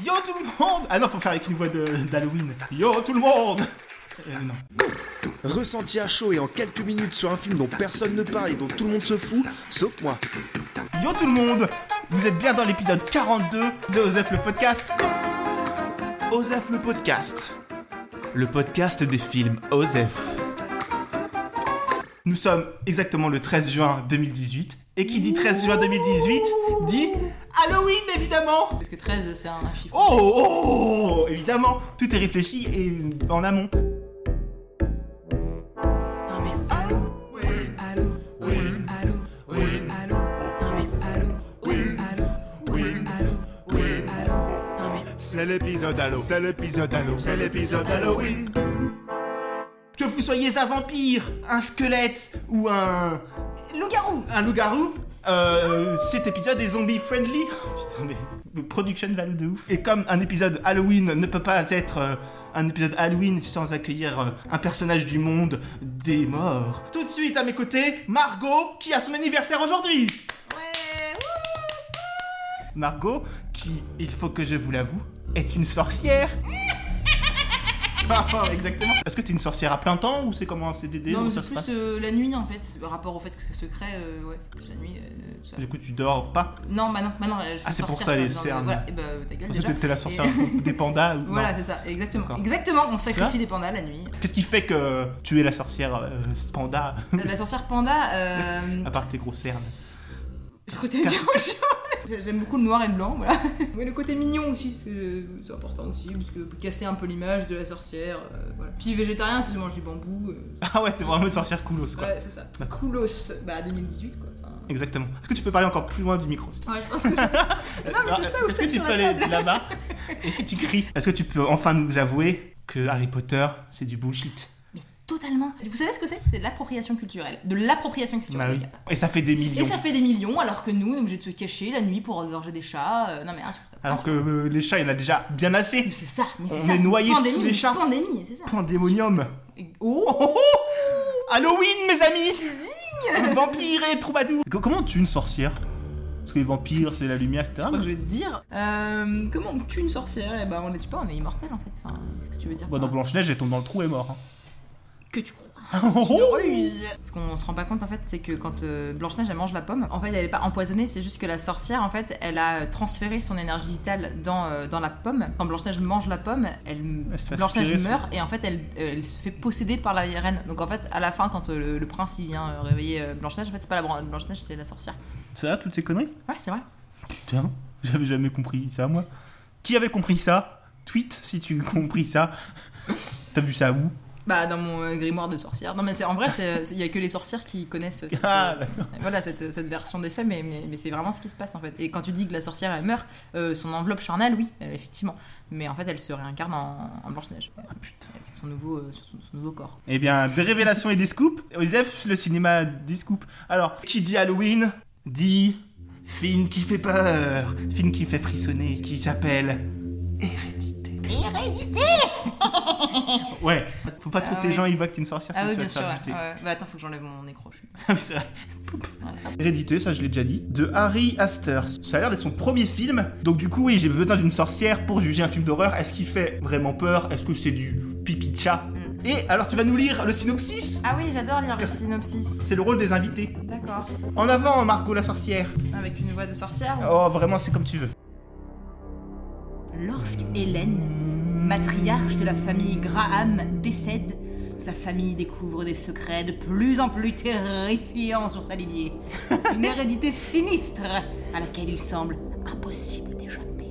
Yo tout le monde Ah non, faut faire avec une voix de- d'Halloween. Yo tout le monde Euh, non. Ressenti à chaud et en quelques minutes sur un film dont personne ne parle et dont tout le monde se fout, sauf moi. Yo tout le monde Vous êtes bien dans l'épisode 42 de Osef le podcast Osef le podcast Le podcast des films Osef Nous sommes exactement le 13 juin 2018 et qui dit 13 juin 2018 dit Halloween évidemment Parce que 13, c'est un chiffre. Oh, oh, oh, évidemment, tout est réfléchi et en amont. C'est l'épisode Halo, c'est l'épisode Halo, c'est l'épisode Halloween. Que vous soyez un vampire, un squelette ou un loup-garou, un loup-garou, euh, cet épisode est zombie friendly. Putain mais production value de ouf. Et comme un épisode Halloween ne peut pas être euh, un épisode Halloween sans accueillir euh, un personnage du monde des morts. Tout de suite à mes côtés, Margot qui a son anniversaire aujourd'hui. Ouais Margot, qui, il faut que je vous l'avoue, est une sorcière. Exactement. Est-ce que t'es une sorcière à plein temps ou c'est comment un CDD Non, ou mais ça c'est se passe plus euh, la nuit en fait. Par rapport au fait que c'est secret, euh, ouais, c'est plus la nuit. euh, ça. Du coup, tu dors pas Non, bah non, bah non, je suis Ah, c'est pour sorcière, ça, je les suis dans le- cernes. Voilà, et bah ta gueule Parce que déjà. t'es- t'es la sorcière Et- des pandas ou Voilà, non c'est ça, exactement. D'accord. Exactement, on Ça sacrifie des pandas la nuit. Qu'est-ce qui fait que tu es la sorcière euh, panda La sorcière panda, euh, à part tes grosses cernes je crois que t'allais dire autre chose. J'ai- J'aime beaucoup le noir et le blanc, voilà. Mais le côté mignon aussi, c'est c'est important aussi, parce que casser un peu l'image de la sorcière, euh, voilà. Puis végétarien, tu sais, je mange du bambou. euh, Ah ouais, t'es vraiment une sorcière coolos quoi. ouais, c'est ça. Coolos, bah 2018 quoi. Enfin, Exactement. Est-ce que tu peux parler encore plus loin du micro s'il te Ouais, je pense que. non, Ah, mais c'est ça où je Est-ce que tape tu sur peux la aller table. là-bas et que tu cries Est-ce que tu peux enfin nous avouer que Harry Potter, c'est du bullshit Mais totalement. Vous savez ce que c'est C'est de l'appropriation culturelle. De l'appropriation Bah culturelle. oui. les gars. Et ça fait des millions. Et ça fait des millions, alors que nous, on est obligé de se cacher la nuit pour engorger des chats. euh, non, mais insupportable. Alors que euh, les chats, il y en a déjà bien assez. Mais c'est ça, mais c'est On ça. est c'est une noyés sous pandémie, les une chats. Pandémie, c'est ça. Pandémonium. Et- Oh, oh, oh Halloween, mes amis Zigne Vampire et troubadour Co- Comment on tue une sorcière Parce que les vampires, c'est la lumière, etc. Je crois que je vais te dire. Euh, comment on tue une sorcière Eh ben, on est, tu sais pas, on est immortel en fait. Enfin, ce que tu veux dire Bon, par- dans Blanche-Neige, elle tombe dans le trou et est hein. mort. Que tu crois. hein. Oh, oh, oh. Ce qu'on se rend pas compte en fait, c'est que quand euh, Blanche-Neige elle mange la pomme, en fait elle est pas empoisonnée, c'est juste que la sorcière en fait elle a euh, transféré son énergie vitale dans, euh, dans la pomme. Quand Blanche-Neige mange la pomme, Elle elle, se fait aspirer Blanche-Neige son- meurt et en fait elle, euh, elle se fait posséder par la reine. Donc en fait à la fin quand euh, le, le prince il vient euh, réveiller euh, Blanche-Neige, en fait c'est pas la Bran- Blanche-Neige, c'est la sorcière. Ça va, toutes ces conneries Ouais, c'est vrai. Putain, j'avais jamais compris ça, moi. Qui avait compris ça Tweet si tu as compris ça. T'as vu ça où Bah dans mon euh, grimoire de sorcière. Non mais c'est- en vrai c'est- c'est- il y a que les sorcières qui connaissent. euh, cette, Ah, euh, Voilà cette, cette version des faits, mais, mais, mais c'est vraiment ce qui se passe en fait. Et quand tu dis que la sorcière elle meurt, euh, son enveloppe charnelle, oui, euh, effectivement. Mais en fait, elle se réincarne en, en Blanche-Neige. Ah, putain. C'est son nouveau, euh, son, son nouveau corps. Eh bien, des révélations et des scoops. Osef, le cinéma des scoops. Alors, qui dit Halloween dit film qui fait peur, film qui fait frissonner, qui s'appelle Hérédité. Hérédité Ouais, faut pas trop Ah que les ouais. gens ils voient que t'es une sorcière. Ah faut oui, que bien tu sûr. vas te faire ouais. buter. Ouais. Bah attends, faut que j'enlève mon écran. je suis- Ah oui, c'est vrai. Hérédité, ça je l'ai déjà dit, de Harry Astor. Ça a l'air d'être son premier film, donc du coup, oui, j'ai besoin d'une sorcière pour juger un film d'horreur. Est-ce qu'il fait vraiment peur Est-ce que c'est du pipi de chat Mm. Et alors, tu vas nous lire le synopsis Ah oui, j'adore lire le synopsis. C'est le rôle des invités. D'accord. En avant, Margot la sorcière. Avec une voix de sorcière. Oh, vraiment, c'est comme tu veux. Lorsque Hélène, matriarche de la famille Graham, décède, sa famille découvre des secrets de plus en plus terrifiants sur sa lignée. Une hérédité sinistre à laquelle il semble impossible d'échapper.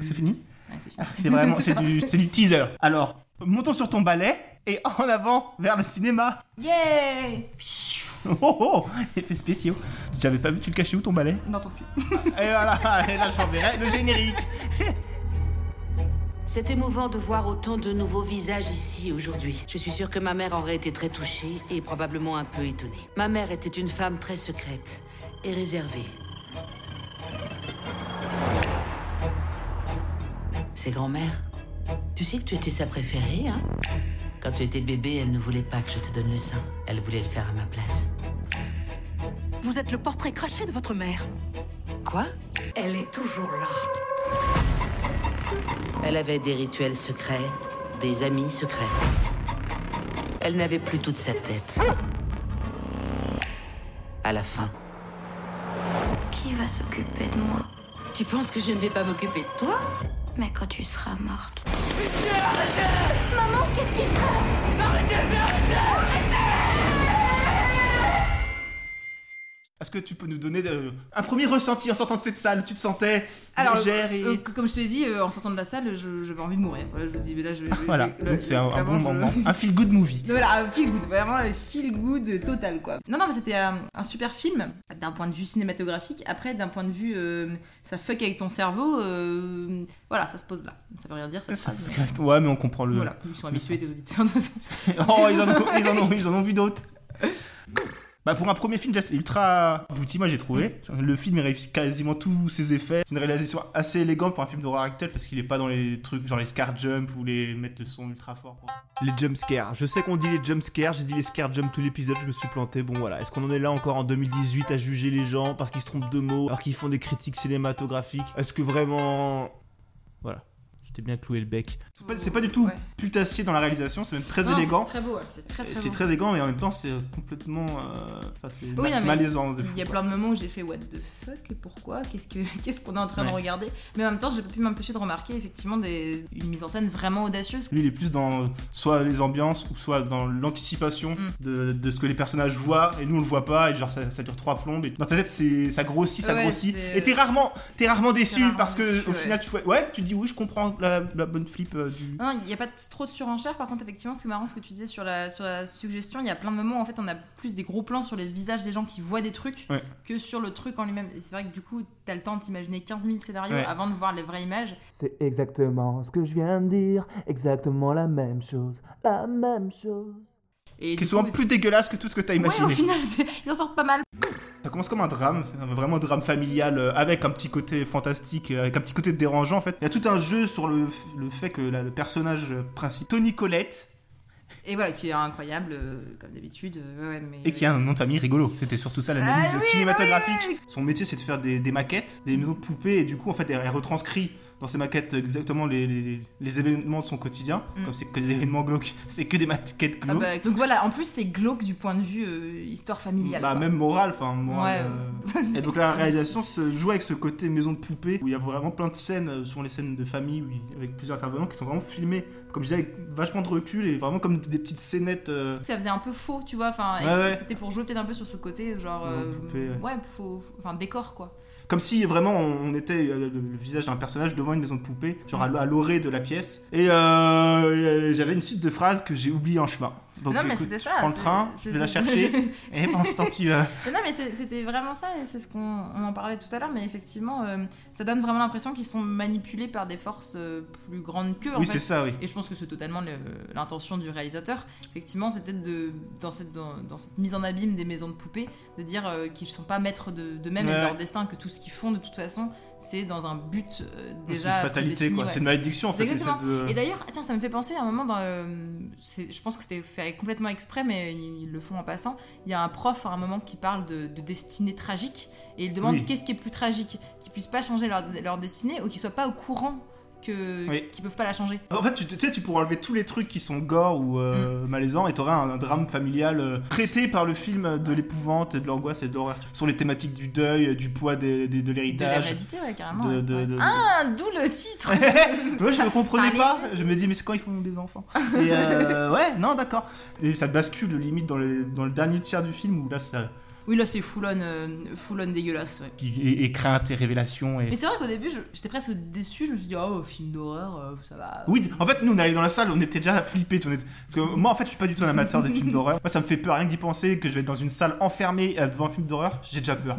C'est fini Ouais, c'est fini. Ah, C'est vraiment, c'est du, c'est du teaser. Alors, montons sur ton balai et en avant vers le cinéma. Yay Oh oh, effets spéciaux. J'avais pas vu, tu le cachais où ton balai Dans ton cul. Et voilà, et là j'enverrai le générique. C'est émouvant de voir autant de nouveaux visages ici aujourd'hui. Je suis sûre que ma mère aurait été très touchée et probablement un peu étonnée. Ma mère était une femme très secrète et réservée. C'est grand-mère. Tu sais que tu étais sa préférée, hein Quand tu étais bébé, elle ne voulait pas que je te donne le sein. Elle voulait le faire à ma place. Vous êtes le portrait craché de votre mère. Quoi Elle est toujours là. Elle avait des rituels secrets, des amis secrets. Elle n'avait plus toute sa tête. À la fin. Qui va s'occuper de moi Tu penses que je ne vais pas m'occuper de toi Mais quand tu seras morte. Maman, qu'est-ce qui se passe Est-ce que tu peux nous donner euh, un premier ressenti en sortant de cette salle Tu te sentais Alors, légère et... euh, c- comme je t'ai dit, euh, en sortant de la salle, je- j'avais envie de mourir. Ouais, je me dis, mais là, je. je- Voilà, je- là, donc c'est un, un clairement, bon je- moment. Un feel-good movie. Non, Voilà, euh, feel good, vraiment euh, feel good euh, total quoi. Non, non, mais c'était euh, un super film d'un point de vue cinématographique. Après, d'un point de vue, euh, ça fuck avec ton cerveau. euh, voilà, ça se pose là. Ça veut rien dire cette phrase. mais Ouais, mais on comprend le. Voilà, ils sont habitués tes auditeurs de toute façon. oh, ils en ont, ils en ont- ils en ont vu d'autres. Bah pour un premier film, déjà, c'est ultra abouti, moi j'ai trouvé. Mm. Le film il réussit quasiment tous ses effets. C'est une réalisation assez élégante pour un film d'horreur actuel parce qu'il est pas dans les trucs genre les scar jump ou les mettre le son ultra fort. pour- Les jumpscares. Je sais qu'on dit les jumpscares, j'ai dit les scare jump tout l'épisode, je me suis planté. Bon voilà, est-ce qu'on en est là encore en 2018 à juger les gens parce qu'ils se trompent de mots, alors qu'ils font des critiques cinématographiques Est-ce que vraiment. Voilà, j'étais bien cloué le bec. C'est pas, c'est pas du tout Ouais. putassier dans la réalisation, c'est même très Non, élégant. C'est très beau, ouais, c'est très très C'est beau. très élégant, mais en même temps c'est complètement. euh, Enfin, c'est non, mais malaisant de fou. Il y a quoi. plein de moments où j'ai fait what the fuck, pourquoi, qu'est-ce que qu'est-ce qu'on est en train Ouais. de regarder. Mais en même temps, j'ai pas pu m'empêcher de remarquer effectivement des, une mise en scène vraiment audacieuse. Lui, il est plus dans soit les ambiances ou soit dans l'anticipation Mm. de, de ce que les personnages voient et nous on le voit pas et genre ça, ça dure trois plombes. Et dans ta tête, c'est ça grossit, ça Ouais, grossit. c'est- Et t'es rarement, t'es rarement déçu rarement parce que déçu, au ouais. final, tu fais ouais, tu dis oui, je comprends la, la bonne flip euh, du. Non, il n'y a pas de- trop de surenchère. Par contre, effectivement, c'est marrant ce que tu disais sur la, sur la suggestion. Il y a plein de moments, en fait, on a plus des gros plans sur les visages des gens qui voient des trucs Ouais. que sur le truc en lui-même. Et c'est vrai que du coup, t'as le temps d'imaginer 15 000 scénarios Ouais. avant de voir les vraies images. C'est exactement ce que je viens de dire, exactement la même chose, la même chose. Et Qui est du souvent coup, plus c'est- dégueulasse que tout ce que t'as imaginé. Ouais, au final, c'est- ils en sortent pas mal. Ça commence comme un drame, c'est un- vraiment un drame familial euh, avec un petit côté fantastique, euh, avec un petit côté dérangeant en fait. Il y a tout un jeu sur le, le fait que là, le personnage euh, principal, Tony Colette, Et voilà, qui est incroyable, euh, comme d'habitude. euh, ouais, mais... Et qui a un nom de famille rigolo. C'était surtout ça l'analyse Ah oui, cinématographique. oui, Son métier c'est de faire des, des maquettes, des maisons de poupées, et du coup en fait elle, elle retranscrit dans ses maquettes exactement les, les- les événements de son quotidien. Mm. Comme c'est que des événements glauques, c'est que des maquettes Ah glauques. bah, donc voilà, en plus, c'est glauque du point de vue euh, histoire familiale. Bah, quoi. même morale, enfin morale, Ouais. euh. Et donc la réalisation se joue avec ce côté maison de poupée où il y a vraiment plein de scènes, euh, souvent les scènes de famille où il- avec plusieurs intervenants qui sont vraiment filmées, comme je disais, avec vachement de recul et vraiment comme des petites scénettes. euh, ça faisait un peu faux, tu vois. Enfin, et Ouais, ouais. c'était pour jouer peut-être un peu sur ce côté, genre Ils ont euh, poupé, ouais. ouais, faux, enfin décor quoi. Comme si vraiment on était euh, le, le visage d'un personnage devant une maison de poupée, genre Mm. à, l- à l'orée de la pièce. Et euh, euh, j'avais une suite de phrases que j'ai oubliées en chemin. Donc non mais écoute, c'était je ça. prends le c'est- train, c'est- je vais la c'est- chercher. et pendant ce temps, tu. euh, Mais non mais c'est- c'était vraiment ça et c'est ce qu'on on en parlait tout à l'heure. Mais effectivement, euh, ça donne vraiment l'impression qu'ils sont manipulés par des forces euh, plus grandes qu'eux. en Oui, fait. c'est ça, oui. Et je pense que c'est totalement le- l'intention du réalisateur. Effectivement, c'était de dans cette, dans, dans cette mise en abîme des maisons de poupées, de dire euh, qu'ils ne sont pas maîtres de, de même et de Ouais. leur destin, que tout ce qu'ils font de toute façon, c'est dans un but euh, déjà. c'est une fatalité, prédéfini, quoi. ouais, c'est une malédiction, en fait. C'est c'est une espèce de- Et d'ailleurs, ah tiens, ça me fait penser à un moment dans. euh, c'est- je pense que c'était fait complètement exprès, mais ils, ils le font en passant. Il y a un prof à un moment qui parle de, de destinée tragique et il demande Oui. qu'est-ce qui est plus tragique Qu'ils puissent pas changer leur, leur destinée ou qu'ils soient pas au courant que Oui. qu'ils peuvent pas la changer. En fait, tu, tu sais, tu pourras enlever tous les trucs qui sont gore ou euh, Mm. malaisants et t'auras un, un drame familial euh, traité par le film de l'épouvante et de l'angoisse et de l'horreur. Sur les thématiques du deuil, du poids des- des- de De l'héritage. l'hérédité, ouais, carrément. de- ouais. de- Ouais. de- Ah, d'où le titre Moi, je ne comprenais Parler. pas. Je me dis, mais c'est quand ils font des enfants Et euh, ouais, non, d'accord. Et ça bascule limite dans le, dans le dernier tiers du film où là, ça Oui, là, c'est full on, euh, full on dégueulasse, ouais. qui é- et crainte et révélation. Mais Et... c'est vrai qu'au début, je- j'étais presque déçue. Je me suis dit, oh, film d'horreur, euh, ça va. Oui, en fait, nous, on allait dans la salle, on était déjà flippés. tu vois, on était- Parce que moi, en fait, je suis pas du tout un amateur des films d'horreur. Moi, ça me fait peur rien que d'y penser que je vais être dans une salle enfermée euh, devant un film d'horreur. J'ai déjà peur.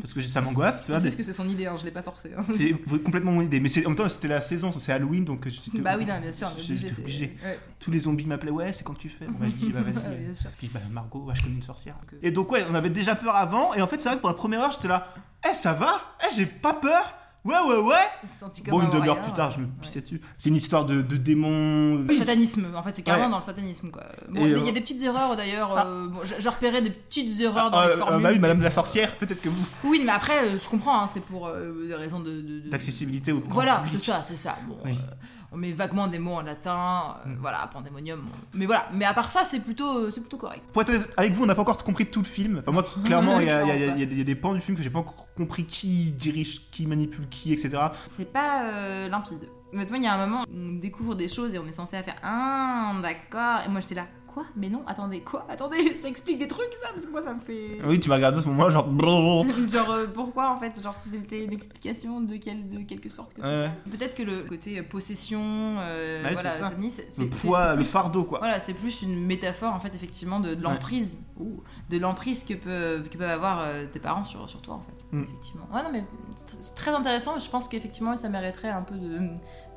Parce que j'ai- ça m'angoisse, tu vois. C'est mais ce que c'est son idée, hein, je l'ai pas forcé. hein. C'est complètement mon idée. Mais c'est- en même temps, c'était la saison, c'est Halloween, donc euh, j'étais- Bah oui, non, bien sûr, on est J'étais c'est- obligé. ouais. tous les zombies m'appelaient. Ouais, c'est quand que tu fais. Bon, bah, je dis, bah, vas-y. Ouais, bien sûr. euh. Puis bah, Margot, ouais, je connais une sorcière. Ok. Et donc ouais, on avait déjà peur avant, et en fait c'est vrai que pour la première heure j'étais là, eh ça va, eh j'ai pas peur, Ouais, ouais, ouais Il se sentit comme Bon, un une demi-heure warrior. plus tard, je me pissais Ouais. dessus. C'est une histoire de, de démon. Le satanisme, en fait, c'est carrément Ouais. dans le satanisme quoi. Bon, Et, il y euh, a des petites erreurs d'ailleurs. Ah. euh, bon, je, je repérais des petites erreurs dans Ah, les euh, formules. bah oui, madame la sorcière, peut-être que vous. Oui, mais après, euh, je comprends, hein, c'est pour euh, des raisons de. de- de- D'accessibilité au grand Voilà, public. c'est ça, c'est ça. Bon, Oui. euh, on met vaguement des mots en latin, euh, Mm. voilà, pandémonium. on- Mais voilà, mais à part ça, c'est plutôt, euh, c'est plutôt correct. Pour être honnête avec vous, on n'a pas encore compris tout le film. Enfin, moi, clairement, il y, a- il y a- il y a- il y a des- il y a des pans du film que j'ai pas encore compris qui dirige, qui manipule qui, etc. C'est pas euh, limpide. Honnêtement, il y a un moment, on découvre des choses et on est censé à faire Ah, d'accord. Et moi, j'étais là, quoi Mais non, attendez, quoi Attendez, ça explique des trucs, ça Parce que moi, ça me fait. Oui, tu m'as regardé à ce moment-là, genre. brrr. Genre euh, pourquoi en fait Genre c'était une explication de, quel- de quelque sorte que ce Ouais. soit. Peut-être que le côté possession, euh, Ouais, voilà, c'est ça. satanisme, c'est- Le c'est- poids, c'est le plus- fardeau, quoi. Voilà, c'est plus une métaphore en fait effectivement de, de l'emprise, Ouh, de l'emprise que, peut, que peuvent avoir euh, tes parents sur, sur toi en fait. Mm. Effectivement. Ouais non mais c'est tr- c'est très intéressant. Je pense qu'effectivement ça mériterait un peu de,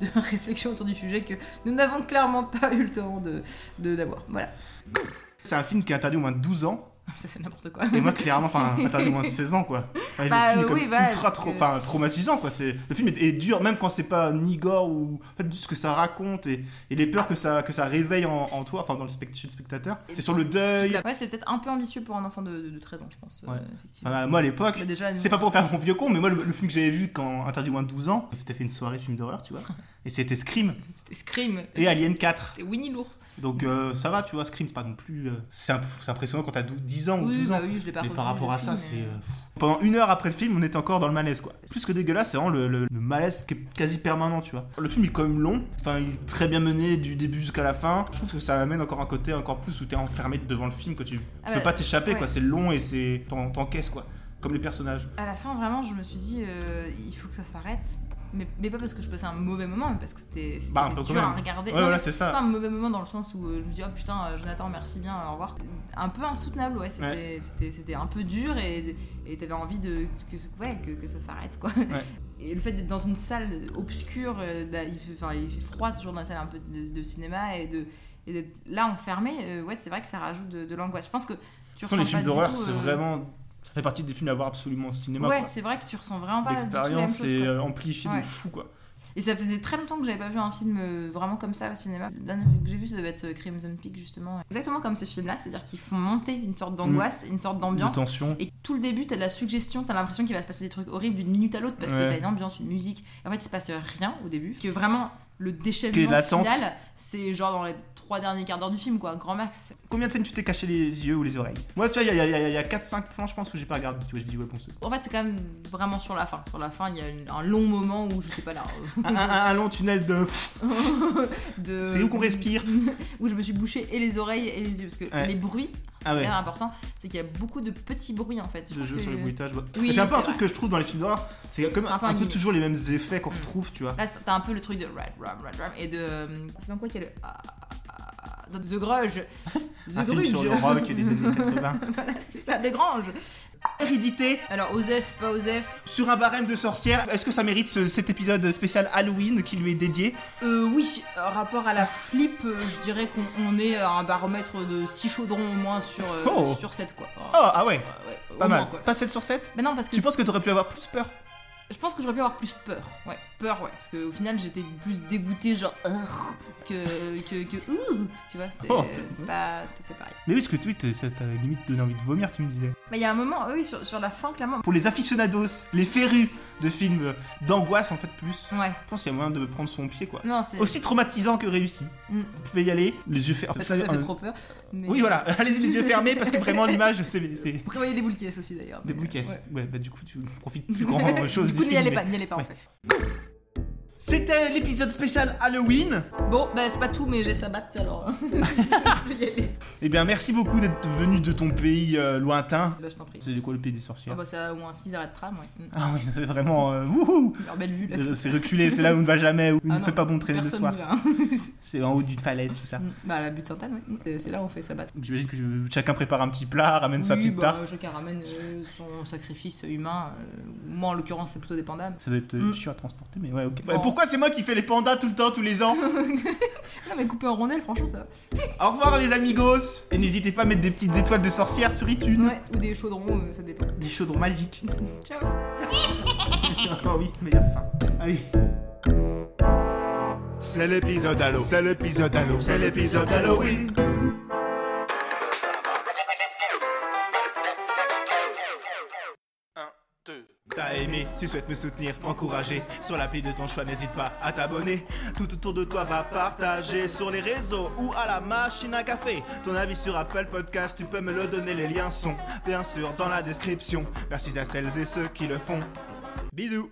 de réflexion autour du sujet que nous n'avons clairement pas eu le temps de de- d'avoir. Voilà, C'est un film qui est interdit au moins de 12 ans. ça c'est n'importe quoi. Et moi, clairement, enfin, interdit au moins de 16 ans, quoi. Enfin, Bah, le film est euh, comme oui, voilà, ultra parce tra- que- enfin, traumatisant, quoi. C'est... Le film est, est dur, même quand c'est pas ni gore ou. En fait, juste ce que ça raconte et, et les peurs que ça, que ça réveille en, en toi, enfin, dans le spect- chez le spectateur. C'est sur le deuil. Ouais c'est peut-être un peu ambitieux pour un enfant de, de- de 13 ans je pense. euh, Ouais. effectivement. Enfin, bah, moi, à l'époque, Mais déjà, nous- C'est pas pour faire mon vieux con, mais moi, le, le film que j'avais vu quand interdit au moins de 12 ans, c'était fait une soirée film d'horreur, tu vois. Et c'était Scream C'était Scream. et Alien 4. C'était Winnie l'ours. Donc euh, ça va, tu vois, Scream, c'est pas non plus. euh, c'est imp- c'est impressionnant quand t'as dou- 10 ans ou Oui, 12 bah ans. oui, je l'ai pas mais revu par rapport à depuis, ça, mais- c'est. euh, pff. Pendant une heure après le film, on était encore dans le malaise, quoi. Plus que dégueulasse, c'est vraiment le, le- le malaise qui est quasi permanent, tu vois. Le film il est quand même long, enfin, il est très bien mené du début jusqu'à la fin. Je trouve que ça amène encore un côté encore plus où t'es enfermé devant le film, que tu, tu Ah peux bah, pas t'échapper, ouais. quoi. C'est long et c'est. t'en- T'encaisses, quoi. Comme les personnages. À la fin, vraiment, je me suis dit, euh, il faut que ça s'arrête. Mais, mais pas parce que je passais un mauvais moment, mais parce que c'était c'était Bah, un peu dur quand même. à regarder. Ouais, Non, voilà, mais c'est ça. pas un mauvais moment dans le sens où euh, je me dis, oh putain, euh, Jonathan, merci bien, au revoir. Un peu insoutenable, ouais. C'était Ouais. c'était- c'était un peu dur et et t'avais envie de, que, ouais, que, que ça s'arrête, quoi. Et le fait d'être dans une salle obscure, euh, d'a- il fait, enfin, il fait froid toujours dans la salle un peu de, de cinéma et de et d'être là enfermé, euh, ouais, c'est vrai que ça rajoute de, de l'angoisse. Je pense que tu De toute façon, les ressens pas films du d'horreur, tout, c'est euh, vraiment. Ça fait partie des films à voir absolument au cinéma. Ouais, quoi. c'est vrai que tu ressens vraiment pas du tout la même L'expérience chose. est quoi. euh, amplifiée Ouais. de fou, quoi. Et ça faisait très longtemps que j'avais pas vu un film euh, vraiment comme ça au cinéma. Le dernier film que j'ai vu, ça devait être euh, Crimson Peak, justement. Exactement comme ce film-là, c'est-à-dire qu'ils font monter une sorte d'angoisse, une sorte Mm. De d'ambiance. tension. Et tout le début, t'as de la suggestion, t'as l'impression qu'il va se passer des trucs horribles d'une minute à l'autre parce Ouais. que t'as une ambiance, une musique. Et en fait, il se passe rien au début. Que vraiment, le Qui est déchaînement l'attente. final, c'est genre dans les trois derniers quarts d'heure du film, quoi, grand max. Combien de scènes tu t'es caché les yeux ou les oreilles Moi, tu vois, il y a, il y a- il y a 4-5 plans, je pense, où j'ai pas regardé. Tu vois, j'ai dit, ouais, bon, c'est- En fait, c'est quand même vraiment sur la fin. Sur la fin, il y a une- un long moment où j'étais pas là. euh, un, un- un long tunnel de. pff, De- C'est où qu'on respire où je me suis bouchée et les oreilles et les yeux parce que Ouais. les bruits c'est Ah ouais. quand même important c'est qu'il y a beaucoup de petits bruits en fait Je trouve joue que- sur le bruitage. ouais. Oui, c'est un peu un c'est truc que je trouve dans les films d'horreur. C'est comme C'est un, un peu un un peu Bah, gimmick. toujours les mêmes effets qu'on retrouve, tu vois. là c'est- t'as un peu le truc de rad ram rad ram et de euh, c'est dans quoi qu'il y a le ah, ah, ah, dans The Grudge The un film Grudge sur le rock et les années 80. Voilà, c'est ça The Grange Hérédité alors Osef pas Osef sur un barème de sorcières. Est-ce que ça mérite ce- cet épisode spécial Halloween qui lui est dédié euh, oui euh, rapport à la flip euh, je dirais qu'on on est à un baromètre de 6 chaudrons au moins sur, euh, Oh. sur 7 quoi Oh, ah ouais, Euh, ouais, au pas moins, mal. quoi. Pas 7 sur 7 mais non parce que Tu penses que t'aurais pu avoir plus peur Je pense que j'aurais pu avoir plus peur. Ouais, peur, ouais. Parce qu'au final, j'étais plus dégoûtée, genre, Urgh que. que. que. ouh, tu vois, c'est Oh, c'est pas tout à fait pareil. Mais oui, parce que oui, t'as t'as la limite donné envie de vomir, tu me disais. Mais il y a un moment, oui, sur, sur la fin, clairement. Pour les aficionados, les férus de films euh, d'angoisse en fait plus, Ouais, je pense qu'il y a moyen de prendre son pied quoi. non, c'est. Aussi traumatisant que réussi. Mm. Vous pouvez y aller, les yeux fermés. Parce que ça fait trop peur. Mais... euh, Oui voilà, allez-y les yeux fermés parce que vraiment l'image c'est c'est Prévoyez des boules qui aussi d'ailleurs. des mais, bouquets. ouais. Ouais. bah du coup tu profites plus grand chose Du coup, du n'y film, allez mais- pas, n'y allez pas Ouais. en fait. C'était l'épisode spécial Halloween. Bon, bah c'est pas tout, mais j'ai sa batte alors. hein. je vais y aller. Eh bien merci beaucoup d'être venu de ton pays euh, lointain. Bah je t'en prie. C'est quoi le pays des Ah sorcières bah ça a au moins 6 arrêts de tram, ouais. Ah oui, c'est vraiment euh, wouhou. Leur belle vue là. C'est reculé, c'est là où on ne va jamais, où il Ah ne non, fait pas bon traîner le Personne soir. n'y va. hein. C'est en haut d'une falaise tout ça. bah à la butte Sainte-Anne, ouais. C'est- C'est là où on fait sa batte. Donc J'imagine que chacun prépare un petit plat, ramène sa Oui, petite bah, tarte. Chacun ramène euh, son sacrifice humain. euh, moi, en l'occurrence, c'est plutôt des pandas. Ça doit être euh, Mm. chiant à transporter, mais ouais, ok. En- pour Pourquoi c'est moi qui fais les pandas tout le temps, tous les ans Non, mais couper en rondelles, franchement, ça va. Au revoir les amigos Et n'hésitez pas à mettre des petites étoiles de sorcière sur iTunes. Ouais, ou des chaudrons, euh, ça dépend. Des chaudrons magiques. Ciao oh oui, meilleure fin. Allez. C'est l'épisode Halo, c'est l'épisode Halo, c'est l'épisode Halloween. T'as aimé, tu souhaites me soutenir, encourager Sur l'appli de ton choix, n'hésite pas à t'abonner Tout autour de toi va partager Sur les réseaux ou à la machine à café Ton avis sur Apple Podcast, tu peux me le donner Les liens sont bien sûr dans la description Merci à celles et ceux qui le font Bisous